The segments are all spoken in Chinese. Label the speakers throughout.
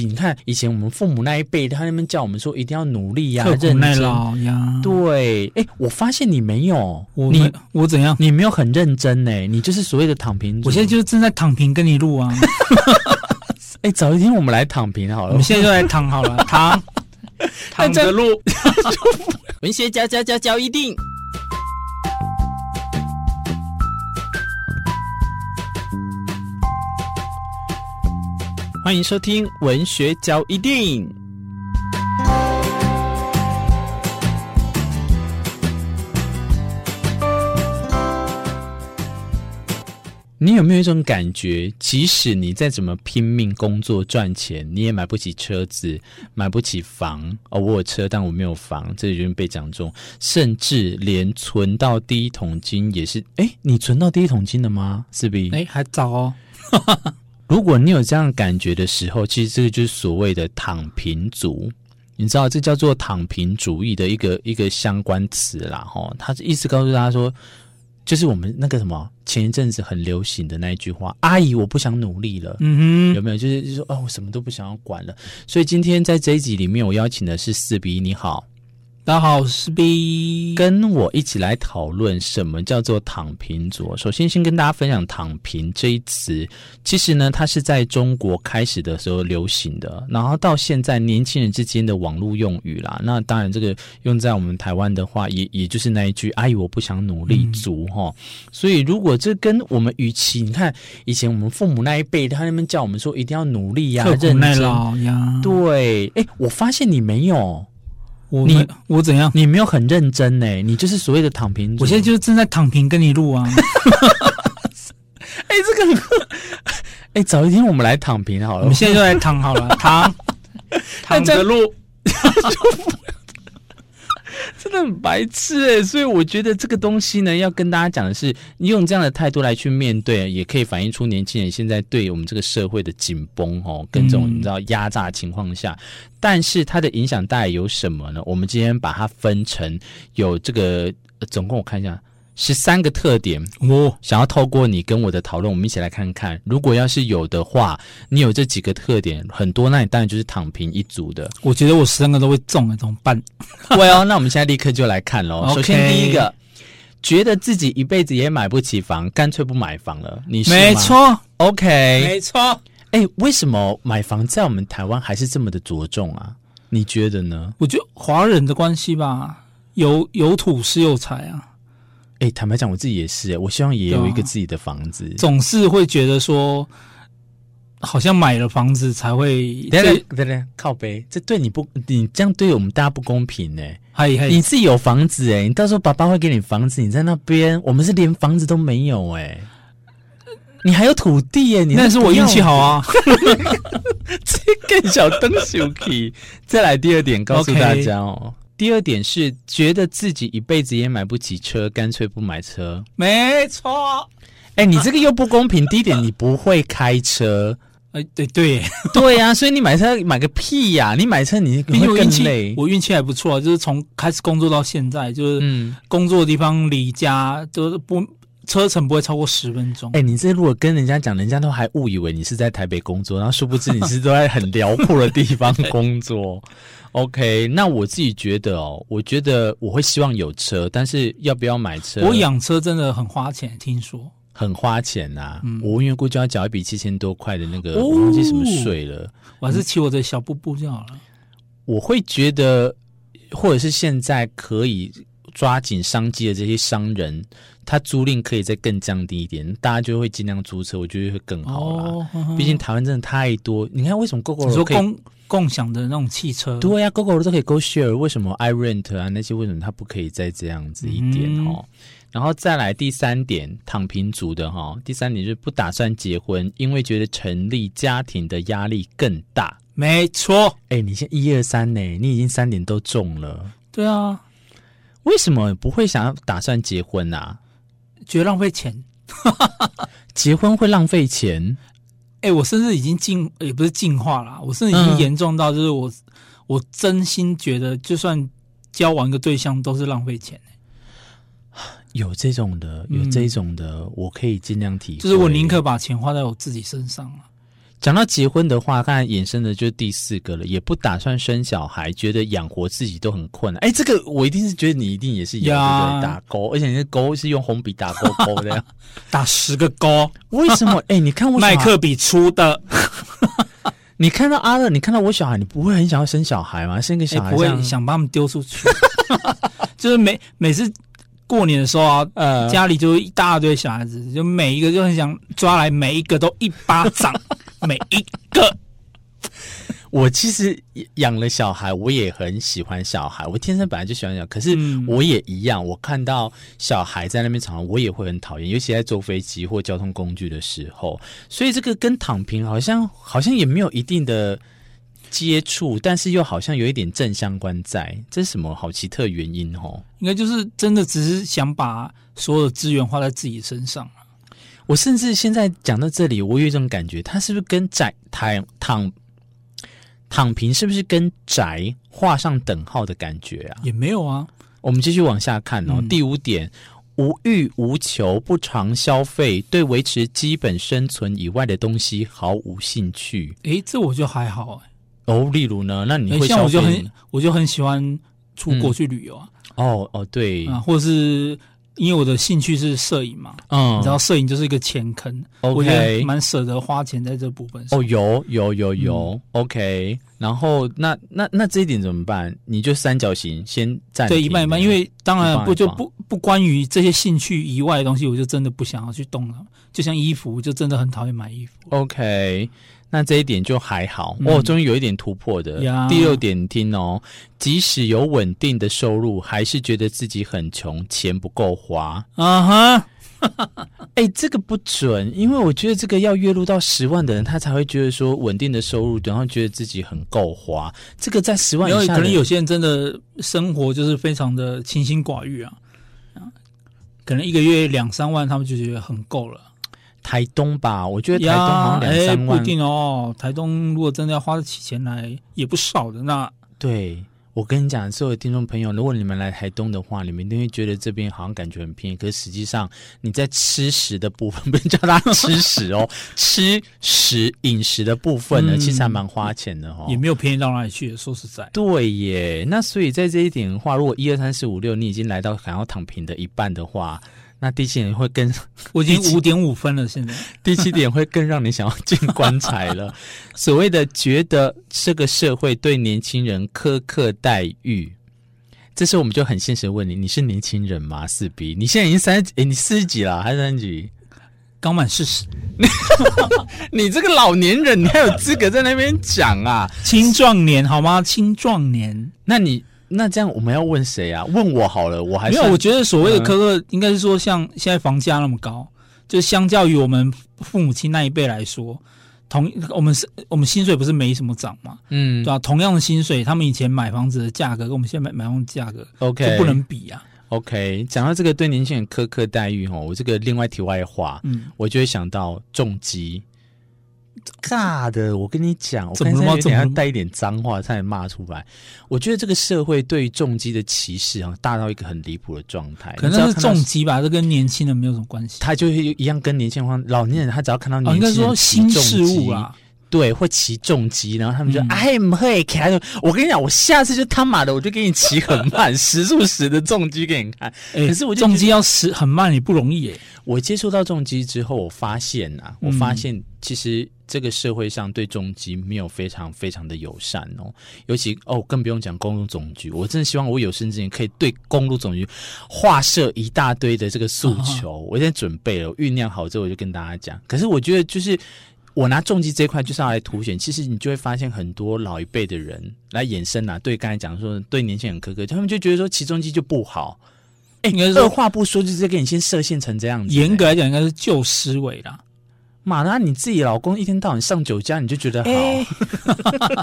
Speaker 1: 你看以前我们父母那一辈，他们叫我们说一定要努力呀、
Speaker 2: 刻苦
Speaker 1: 认
Speaker 2: 耐
Speaker 1: 真。
Speaker 2: 劳呀。
Speaker 1: 对，哎、我发现你没有，
Speaker 2: 我
Speaker 1: 你
Speaker 2: 们我怎样？
Speaker 1: 你没有很认真呢、你就是所谓的躺平族。
Speaker 2: 我现在就是正在躺平跟你录啊。
Speaker 1: 哎、早一天我们来躺平好
Speaker 2: 我
Speaker 1: 了。
Speaker 2: 们现在就来躺好了，躺躺着录。
Speaker 1: 文学家家家教一定。欢迎收听《文学交一定》。你有没有一种感觉，即使你再怎么拼命工作赚钱，你也买不起车子，买不起房？哦，我有车，但我没有房，这已经被讲中。甚至连存到第一桶金也是，哎，你存到第一桶金了吗？四 B，
Speaker 2: 哎，还早哦。
Speaker 1: 如果你有这样感觉的时候，其实这个就是所谓的躺平族。你知道，这叫做躺平主义的一个一个相关词啦，哈，他意思告诉大家说，就是我们那个什么前一阵子很流行的那一句话：“阿姨，我不想努力了。”
Speaker 2: 嗯
Speaker 1: 有
Speaker 2: 哼，
Speaker 1: 没有？就是就是说，哦，我什么都不想要管了。所以今天在这一集里面，我邀请的是四比一，你好，
Speaker 2: 大家好，我是 B。
Speaker 1: 跟我一起来讨论什么叫做躺平族。首先，先跟大家分享“躺平”这一词，其实呢，它是在中国开始的时候流行的，然后到现在年轻人之间的网络用语啦。那当然，这个用在我们台湾的话，也也就是那一句“阿姨，我不想努力族”哈、
Speaker 2: 嗯
Speaker 1: 所以，如果这跟我们与其你看以前我们父母那一辈，他们叫我们说一定要努力呀、
Speaker 2: 刻苦
Speaker 1: 认
Speaker 2: 耐
Speaker 1: 真。
Speaker 2: 劳呀。
Speaker 1: 对，哎、我发现你没有，
Speaker 2: 我
Speaker 1: 你
Speaker 2: 们我怎样？
Speaker 1: 你没有很认真呢、你就是所谓的躺平族。
Speaker 2: 我现在就是正在躺平跟你录啊。
Speaker 1: 哎、这个很，哎、早一天我们来躺平好
Speaker 2: 我
Speaker 1: 了。啊
Speaker 2: 们现在就来躺好了，躺 躺着录。
Speaker 1: 真的很白痴哎、所以我觉得这个东西呢，要跟大家讲的是，你用这样的态度来去面对，也可以反映出年轻人现在对我们这个社会的紧绷哦，跟这种
Speaker 2: 嗯
Speaker 1: 你知道压榨情况下，但是它的影响带来有什么呢？我们今天把它分成有这个，呃总共我看一下十三个特点，
Speaker 2: 哦，
Speaker 1: 想要透过你跟我的讨论，我们一起来看看，如果要是有的话，你有这几个特点很多，那你当然就是躺平一族 的。
Speaker 2: 我觉得我三个都会中了，怎么办？
Speaker 1: 对哦，那我们现在立刻就来看喽。
Speaker 2: OK
Speaker 1: 首先第一个，觉得自己一辈子也买不起房，干脆不买房了，你是吗
Speaker 2: 没错，
Speaker 1: ，OK。哎、
Speaker 2: 错。
Speaker 1: 为什么买房在我们台湾还是这么的着重啊？你觉得呢？
Speaker 2: 我觉得华人的关系吧，有有土是有财啊，
Speaker 1: 哎、坦白讲，我自己也是，我希望也有一个
Speaker 2: 对啊
Speaker 1: 自己的房子。
Speaker 2: 总是会觉得说，好像买了房子才会
Speaker 1: 等
Speaker 2: 对，
Speaker 1: 等等等，靠背，这对你不，你这样对我们大家不公平呢、
Speaker 2: 嗨嗨，
Speaker 1: 你自己有房子哎、你到时候爸爸会给你房子，你在那边，我们是连房子都没有哎、你还有土地哎、你
Speaker 2: 那是我 运气好啊。
Speaker 1: 更小灯 Suki。再 来第二点，告诉大家哦。第二点是觉得自己一辈子也买不起车，干脆不买车。
Speaker 2: 没错，
Speaker 1: 哎、你这个又不公平。第一点，你不会开车，
Speaker 2: 哎对对，
Speaker 1: 对呀、所以你买车买个屁呀、你买车你你
Speaker 2: 因为
Speaker 1: 会
Speaker 2: 我运
Speaker 1: 更
Speaker 2: 气
Speaker 1: 累，。
Speaker 2: 我运气还不错啊，就是从开始工作到现在，就是
Speaker 1: 嗯，
Speaker 2: 工作的地方离家都不车程不会超过十分钟。
Speaker 1: 哎、你这如果跟人家讲，人家都还误以为你是在台北工作，然后殊不知你是都在很辽阔的地 方工作。OK，那我自己觉得哦，我觉得我会希望有车，但是要不要买车？
Speaker 2: 我养车真的很花钱，听说
Speaker 1: 很花钱呐、
Speaker 2: 嗯
Speaker 1: 我因为估计要缴一笔七千多块的那个，
Speaker 2: 哦
Speaker 1: 我忘记什么税了。
Speaker 2: 我还是骑我的小步步就好了。
Speaker 1: 我会觉得，或者是现在可以抓紧商机的这些商人，他租赁可以再更降低一点，大家就会尽量租车，我觉得会更好啦。
Speaker 2: 哦，呵呵
Speaker 1: 毕竟台湾真的太多，嗯你看为什么 GoGo
Speaker 2: 你说
Speaker 1: 可以？
Speaker 2: 共共享的那种汽车，
Speaker 1: 对呀、g o g o 都可以 Go Share，为什么 iRent 啊那些为什么它不可以再这样子一点
Speaker 2: 嗯
Speaker 1: 哦？然后再来第三点，躺平族的哈、第三点就是不打算结婚，因为觉得成立家庭的压力更大。
Speaker 2: 没错，
Speaker 1: 哎，你现在一二三呢，你已经三点都中了，
Speaker 2: 对啊，
Speaker 1: 为什么不会想要打算结婚啊？
Speaker 2: 觉得浪费钱。
Speaker 1: 结婚会浪费钱，
Speaker 2: 哎、我甚至已经进，也不是进化啦，我甚至已经
Speaker 1: 嗯
Speaker 2: 严重到，就是我，我真心觉得，就算交往一个对象都是浪费钱、
Speaker 1: 有这种的，有
Speaker 2: 嗯
Speaker 1: 这种的，我可以尽量体会。
Speaker 2: 就是我宁可把钱花在我自己身上了。啊
Speaker 1: 讲到结婚的话，刚才衍生的就是第四个了，也不打算生小孩，觉得养活自己都很困难。哎，这个我一定是觉得你一定也是有
Speaker 2: 呀
Speaker 1: 对不对打勾，而且你的勾是用红笔打勾勾 的。
Speaker 2: 打十个勾，
Speaker 1: 为什么？哎，你看我小孩
Speaker 2: 麦，克笔出的，
Speaker 1: 你看到阿乐，你看到我小孩，你不会很想要生小孩吗？生个
Speaker 2: 哎
Speaker 1: 小孩
Speaker 2: 不
Speaker 1: 这
Speaker 2: 会
Speaker 1: 样，
Speaker 2: 想把他们丢出 去，就是每每次过年的时候啊，
Speaker 1: 呃，
Speaker 2: 家里就一大堆小孩子，就每一个就很想抓来，每一个都一巴 掌，每一个
Speaker 1: 我其实养了小孩，我也很喜欢小孩，我天生本来就喜欢小孩，可是
Speaker 2: 嗯
Speaker 1: 我也一样，我看到小孩在那边吵，我也会很讨厌，尤其在坐飞机或交通工具的时候。所以这个跟躺平好像好像也没有一定的接触，但是又好像有一点正相关在，这是什么好奇特原因哦？
Speaker 2: 应该就是真的只是想把所有的资源花在自己身上。啊
Speaker 1: 我甚至现在讲到这里，我有一种感觉，它是不是跟宅躺躺躺平是不是跟宅画上等号的感觉啊？
Speaker 2: 也没有啊，
Speaker 1: 我们继续往下看哦。
Speaker 2: 嗯
Speaker 1: 第五点，无欲无求，不常消费，对维持基本生存以外的东西毫无兴趣。
Speaker 2: 诶，这我就还好、诶
Speaker 1: 哦，例如呢，那你嗯
Speaker 2: 诶
Speaker 1: 会
Speaker 2: 像
Speaker 1: 消
Speaker 2: 我就
Speaker 1: 费
Speaker 2: 很？我就很喜欢出国去旅游啊，
Speaker 1: 哦哦，对，
Speaker 2: 啊，或者是因为我的兴趣是摄影嘛，
Speaker 1: 嗯
Speaker 2: 你知道摄影就是一个钱坑，我觉得
Speaker 1: OK，
Speaker 2: 蛮舍得花钱在这部分上。
Speaker 1: 哦，有有有
Speaker 2: 嗯
Speaker 1: 有、o k 然后那那那这一点怎么办？你就三角形先暂
Speaker 2: 对，一半一半，因为当
Speaker 1: 一
Speaker 2: 然
Speaker 1: 半
Speaker 2: 不
Speaker 1: 一
Speaker 2: 就
Speaker 1: 半
Speaker 2: 不不关于这些兴趣以外的东西，我就真的不想要去动了。就像衣服，我就真的很讨厌买衣服。
Speaker 1: OK，那这一点就还好。
Speaker 2: 嗯
Speaker 1: 哦，终于有一点突破的。
Speaker 2: 呀
Speaker 1: 第六点，听哦，即使有稳定的收入，还是觉得自己很穷，钱不够花。
Speaker 2: 啊哈，
Speaker 1: 哎，这个不准，因为我觉得这个要月入到十万的人，他才会觉得说稳定的收入，然后觉得自己很够花。这个在十万
Speaker 2: 因为
Speaker 1: 以下
Speaker 2: 可
Speaker 1: 的，
Speaker 2: 能有些人真的生活就是非常的清心寡欲啊，啊，可能一个月两三万，他们就觉得很够了。
Speaker 1: 台东吧？我觉得台
Speaker 2: 呀
Speaker 1: 东好像两
Speaker 2: 哎
Speaker 1: 三
Speaker 2: 不
Speaker 1: 万
Speaker 2: 一，定哦。台东如果真的要花得起钱来，也不少的那。
Speaker 1: 对。我跟你讲，所有听众朋友，如果你们来台东的话，你们一定会觉得这边好像感觉很便宜，可是实际上你在吃食的部分，不 是叫大家吃食哦， 吃食饮食的部分呢，
Speaker 2: 嗯
Speaker 1: 其实还蛮花钱的哦。哎
Speaker 2: 也没有便宜到哪里去。说实在，
Speaker 1: 对耶，那所以在这一点的话，如果一二三四五六，你已经来到想要躺平的一半的话，那第七点会更
Speaker 2: 我已经五点五分了，现在
Speaker 1: 第七点会更让你想要进棺材 了。所谓的觉得这个社会对年轻人苛刻待遇，这时候我们就很现实地问你：你是年轻人吗？四 B，你现在已经三十几，诶你四十几了，还是三十几？
Speaker 2: 刚满四十，
Speaker 1: 你这个老年人，你还有资格在那边讲啊？
Speaker 2: 青壮年好吗？青壮年。
Speaker 1: 那你那这样我们要问谁啊？问我好了，我还
Speaker 2: 没
Speaker 1: 是嗯
Speaker 2: 有，我觉得所谓的苛刻，应该是说像现在房价那么高，就相较于我们父母亲那一辈来说，同我们是我们薪水不是没什么涨嘛，
Speaker 1: 嗯
Speaker 2: 对吧、同样的薪水，他们以前买房子的价格跟我们现在买买房子的价格就
Speaker 1: ，OK，
Speaker 2: 不能比啊。
Speaker 1: OK。讲到这个对年轻人苛刻待遇哦，我这个另外题外话，
Speaker 2: 嗯，
Speaker 1: 我就会想到重击。尬的，我跟你讲，我
Speaker 2: 怎
Speaker 1: 刚
Speaker 2: 么了
Speaker 1: 才
Speaker 2: 吗
Speaker 1: 有点
Speaker 2: 怎么
Speaker 1: 要
Speaker 2: 了吗
Speaker 1: 带一点脏话，差点骂出来。我觉得这个社会对于重击的歧视啊，大到一个很离谱的状态。
Speaker 2: 可
Speaker 1: 哎你只要
Speaker 2: 能是
Speaker 1: 看到
Speaker 2: 重，疾吧，这跟年轻人没有什么关系。
Speaker 1: 他就会一样跟年轻人，老年人他只要看到
Speaker 2: 哦，
Speaker 1: 年
Speaker 2: 应
Speaker 1: 轻人
Speaker 2: 该说
Speaker 1: 骑
Speaker 2: 新
Speaker 1: 重
Speaker 2: 事物啊
Speaker 1: 机
Speaker 2: 啦，
Speaker 1: 对，会骑重机，然后他们就
Speaker 2: 嗯
Speaker 1: 哎不会开。我跟你讲，我下次就他妈的，我就给你骑很慢， 时速十的重机给你看。
Speaker 2: 哎
Speaker 1: 可是我就
Speaker 2: 重
Speaker 1: 觉得
Speaker 2: 机要实很慢也不容易耶。
Speaker 1: 我接触到重机之后，我发现啊，我发现其实这个社会上对重机没有非常非常的友善哦，尤其哦，更不用讲公路总局，我真的希望我有生之年可以对公路总局划设一大堆的这个诉求，我现在准备了，我酝酿好之后我就跟大家讲。可是我觉得就是。我拿重机这一块就是要来凸显，其实你就会发现很多老一辈的人来衍生啊，对刚才讲说对年轻人苛刻，他们就觉得说骑重机就不好，
Speaker 2: 哎，应该是
Speaker 1: 二
Speaker 2: 说
Speaker 1: 话不说就直接给你先设限成这样子、哎
Speaker 2: 严格来讲，应该是旧思维啦。
Speaker 1: 妈的，那你自己老公一天到晚上酒家，你就觉得好、
Speaker 2: 哎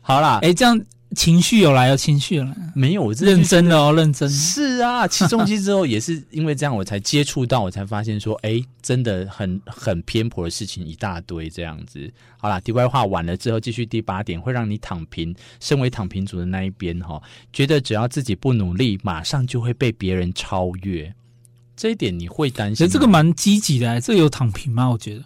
Speaker 1: 好啦？
Speaker 2: 哎，这样情绪有来哦，情绪有来。
Speaker 1: 没有，我真
Speaker 2: 认
Speaker 1: 的
Speaker 2: 真的哦，认真。
Speaker 1: 是啊，起重机之后也是因为这样，我才接触到，我才发现说，哎，真的很很偏颇的事情一大堆这样子。好啦，题外话完了之后，继续第八点，会让你躺平。身为躺平族的那一边哈、觉得只要自己不努力，马上就会被别人超越。这一点你会担
Speaker 2: 其
Speaker 1: 心
Speaker 2: 实
Speaker 1: 吗？
Speaker 2: 这个蛮积极的、这个有躺平吗？我觉得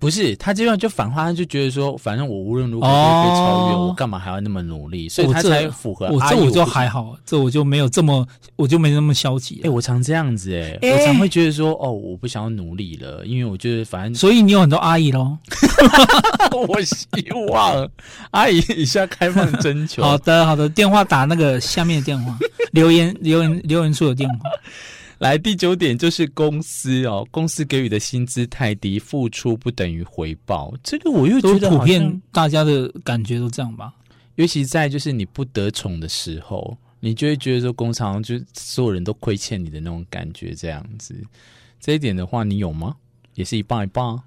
Speaker 1: 不是他这样就反话，他就觉得说，反正我无论如何都会被超越，
Speaker 2: 哦
Speaker 1: 我干嘛还要那么努力？所以
Speaker 2: 我
Speaker 1: 他
Speaker 2: 这
Speaker 1: 才符合。
Speaker 2: 我
Speaker 1: 阿
Speaker 2: 这
Speaker 1: 姨
Speaker 2: 我就
Speaker 1: 不
Speaker 2: 还好，这我就没有这么，我就没那么消极
Speaker 1: 哎、
Speaker 2: 了。
Speaker 1: 我常这样子哎、
Speaker 2: 哎
Speaker 1: 我常会觉得说，哦，我不想要努力了，因为我觉得 反正
Speaker 2: 所以你有很多阿姨喽。
Speaker 1: 我希望 阿姨以下开放征 求。
Speaker 2: 好的，好的，电话打那个下面的电话， 留言留言留言处有电话。
Speaker 1: 来第九点就是公司哦，公司给予的薪资太低，付出不等于回报，这个我又
Speaker 2: 都
Speaker 1: 觉得
Speaker 2: 普
Speaker 1: 好像
Speaker 2: 遍大家的感觉都这样吧？
Speaker 1: 尤其在就是你不得宠的时候，你就会觉得说工厂好像就是所有人都亏欠你的那种感觉，这样子。这一点的话，你有吗？也是一半一半啊、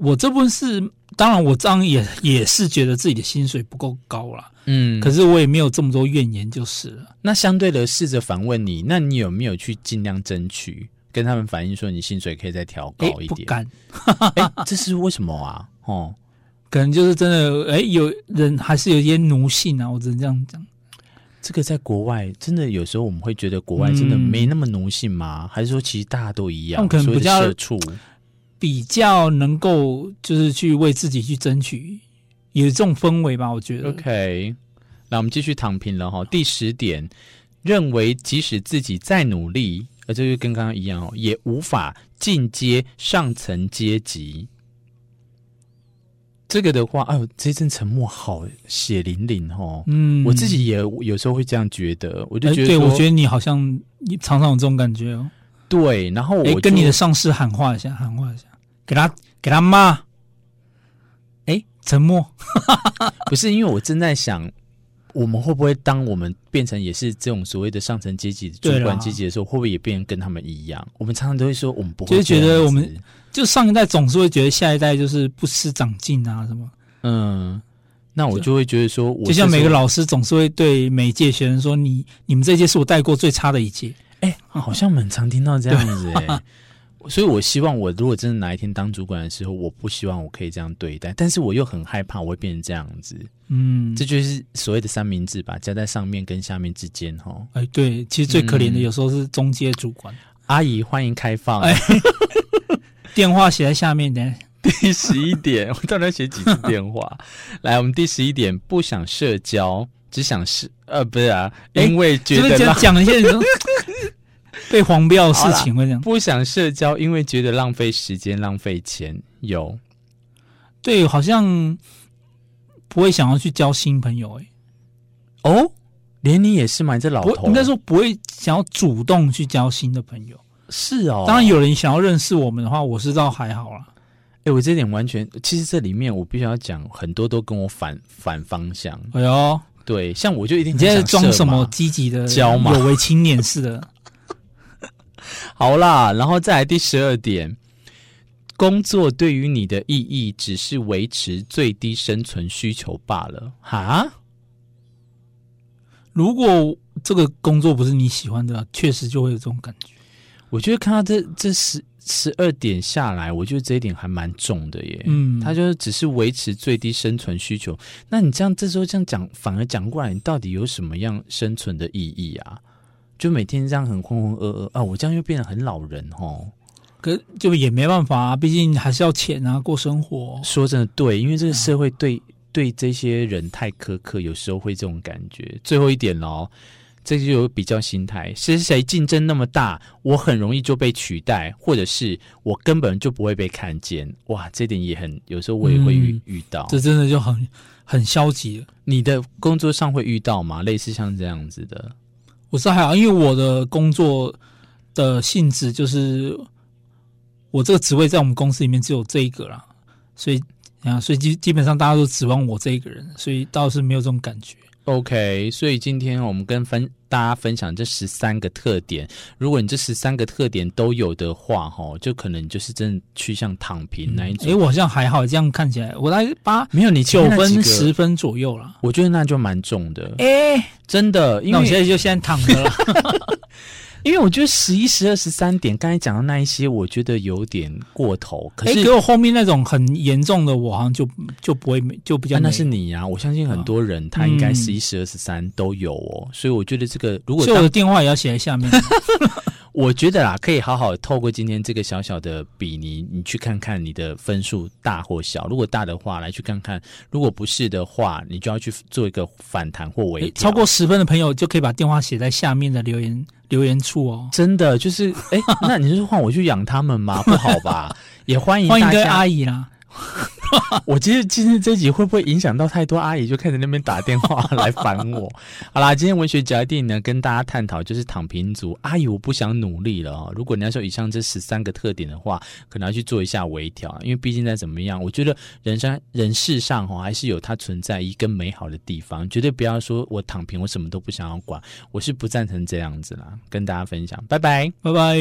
Speaker 2: 我这部分是，当然我这样也也是觉得自己的薪水不够高啦，
Speaker 1: 嗯，
Speaker 2: 可是我也没有这么多怨言就是了。
Speaker 1: 那相对的，试着反问你，那你有没有去尽量争取跟他们反映说你薪水可以再调高
Speaker 2: 哎
Speaker 1: 一，
Speaker 2: 不
Speaker 1: 点？
Speaker 2: 敢，
Speaker 1: 哎、这是为什么啊？哦，
Speaker 2: 可能就是真的，哎，有人还是有一些奴性啊，我只能这样讲。
Speaker 1: 这个在国外真的有时候我们会觉得国外真的
Speaker 2: 嗯
Speaker 1: 没那么奴性吗？还是说其实大家都一
Speaker 2: 他
Speaker 1: 样？
Speaker 2: 们可能
Speaker 1: 所谓的
Speaker 2: 比较
Speaker 1: 社畜，
Speaker 2: 比较能够就是去为自己去争取，有这种氛围吧，我觉得。
Speaker 1: OK，那我们继续躺平了哈。第十点，认为即使自己再努力，呃，这就跟刚刚一样哦，也无法进阶上层阶级。这个的话，哎呦，这一阵沉默好血淋淋哦。
Speaker 2: 嗯，
Speaker 1: 我自己也有时候会这样觉得，我就
Speaker 2: 哎
Speaker 1: 觉得
Speaker 2: 对
Speaker 1: 说、
Speaker 2: 我觉得你好像你常常有这种感觉哦。
Speaker 1: 对，然后我
Speaker 2: 哎、
Speaker 1: 就
Speaker 2: 跟你的上司喊话一下，喊话一下，给他给他骂。哎、沉默。
Speaker 1: 不是因为我正在想，我们会不会当我们变成也是这种所谓的上层阶级、主
Speaker 2: 对啦
Speaker 1: 管阶级的时候，会不会也变成跟他们一样？我们常常都会说，我们不会
Speaker 2: 就是觉得
Speaker 1: 这样子
Speaker 2: 我们就上一代总是会觉得下一代就是不思长进啊，什么，
Speaker 1: 嗯，那我就会觉得说我，
Speaker 2: 就像每个
Speaker 1: 老
Speaker 2: 老师总是会对每一届学生说：“你你们这一届是我带过最差的一届。
Speaker 1: 好像蛮常听到这样子哎、所以我希望我如果真的哪一天当主管的时候，我不希望我可以这样对待，但是我又很害怕我会变成这样子，”
Speaker 2: 嗯，
Speaker 1: 这就是所谓的三明治吧，夹在上面跟下面之间哦哈。
Speaker 2: 哎、对，其实最可怜的
Speaker 1: 嗯
Speaker 2: 有时候是中介主管，
Speaker 1: 阿姨欢迎开放。
Speaker 2: 哎电话写在下面，等一下
Speaker 1: 第十一点， 我到底要写几次电 话？来，我们第十一点，不想社交，只想社呃，不是啊，
Speaker 2: 哎
Speaker 1: 因为觉
Speaker 2: 是不
Speaker 1: 得
Speaker 2: 是
Speaker 1: 浪
Speaker 2: 讲讲一些 被黄标的事情会这样？
Speaker 1: 不想社交，因为觉得浪费时间、浪费钱。有，
Speaker 2: 对，好像不会想要去交新朋友、欸，
Speaker 1: 哦，连你也是吗？你这老
Speaker 2: 不
Speaker 1: 头，
Speaker 2: 应该说不会想要主动去交新的朋友。
Speaker 1: 是哦。
Speaker 2: 当然，，有人想要认识我们的话，我是倒还好啦。
Speaker 1: 哎、我这点完全，其实这里面我必须要讲，很多都跟我反反方向。
Speaker 2: 哎呦，
Speaker 1: 对，像我就一定
Speaker 2: 你现在
Speaker 1: 很想
Speaker 2: 装
Speaker 1: 射
Speaker 2: 什么
Speaker 1: 嘛？
Speaker 2: 积极的
Speaker 1: 交嘛
Speaker 2: 有为青年似的？
Speaker 1: 好啦，然后再来第十二点，工作对于你的意义只是维持最低生存需求罢了。哈，
Speaker 2: 如果这个工作不是你喜欢的，确实就会有这种感觉。
Speaker 1: 我觉得看到这这十十二点下来，我觉得这一点还蛮重的耶。
Speaker 2: 嗯，
Speaker 1: 他就是只是维持最低生存需求。那你这样这时候这样讲，反而讲过来，你到底有什么样生存的意义啊？就每天这样很浑浑噩噩啊，我这样又变得很老人哦。
Speaker 2: 可就也没办法、啊，毕竟还是要钱啊，过生活。
Speaker 1: 说真的，对，因为
Speaker 2: 嗯
Speaker 1: 这个社会对对这些人太苛刻，有时候会这种感觉。最后一点喽，这就有比较心态，谁谁谁竞争那么大，我很容易就被取代，或者是我根本就不会被看见。哇，这点也很，有时候我也会遇、
Speaker 2: 嗯
Speaker 1: 遇到。
Speaker 2: 这真的就很很消极了。
Speaker 1: 你的工作上会遇到吗？类似像这样子的，
Speaker 2: 我是还好，因为我的工作的性质就是我这个职位在我们公司里面只有这一个啦，所以啊，所以基基本上大家都指望我这一个人，所以倒是没有这种感觉。
Speaker 1: OK，所以今天我们跟分大家分享这十三个特点。如果你这十三个特点都有的话，哈，就可能你就是真的趋向躺平那一种。
Speaker 2: 诶，我好像还好，这样看起来我大概八
Speaker 1: 没有你前
Speaker 2: 九
Speaker 1: 面那几个
Speaker 2: 分十，分左右啦。
Speaker 1: 我觉得那就蛮重的，
Speaker 2: 诶，
Speaker 1: 真的。因
Speaker 2: 那我现
Speaker 1: 为
Speaker 2: 在就先躺着了。
Speaker 1: 因为我觉得十一、十二、十三点，刚才讲的那一些，我觉得有点过头。可
Speaker 2: 诶，
Speaker 1: 是、
Speaker 2: 给我后面那种很严重的，我好像就就不会没就比较
Speaker 1: 啊
Speaker 2: 没
Speaker 1: 那
Speaker 2: 有、
Speaker 1: 是你啊，我相信很多人他应该
Speaker 2: 嗯
Speaker 1: 十一、十二、十三都有哦。所以我觉得这个，如果
Speaker 2: 所以我
Speaker 1: 当
Speaker 2: 的电话也要写在下面。
Speaker 1: 我觉得啦，可以好好透过今天这个小小的比拟，你去看看你的分数大或小。如果大的话，来去看看；如果不是的话，你就要去做一个反弹或微
Speaker 2: 诶
Speaker 1: 调。
Speaker 2: 超过十分的朋友就可以把电话写在下面的留言留言处哦。
Speaker 1: 真的就是， 哎、那你是换我去养他们吗？不好吧？也欢迎
Speaker 2: 欢迎
Speaker 1: 大
Speaker 2: 各位
Speaker 1: 家。
Speaker 2: 阿姨啦，
Speaker 1: 我其实今天这集会不会影响到太多阿姨，就开始那边打电话来烦 我？好啦，今天文学夹定呢，跟大家探讨就是躺平族。阿姨，我不想努力了哦。如果你要说以上这十三个特点的话，可能要去做一下微调，因为毕竟再怎么样，我觉得人生人世上哦，还是有它存在一个美好的地方，绝对不要说我躺平，我什么都不想要管，我是不赞成这样子啦。跟大家分享，拜拜。
Speaker 2: 拜拜。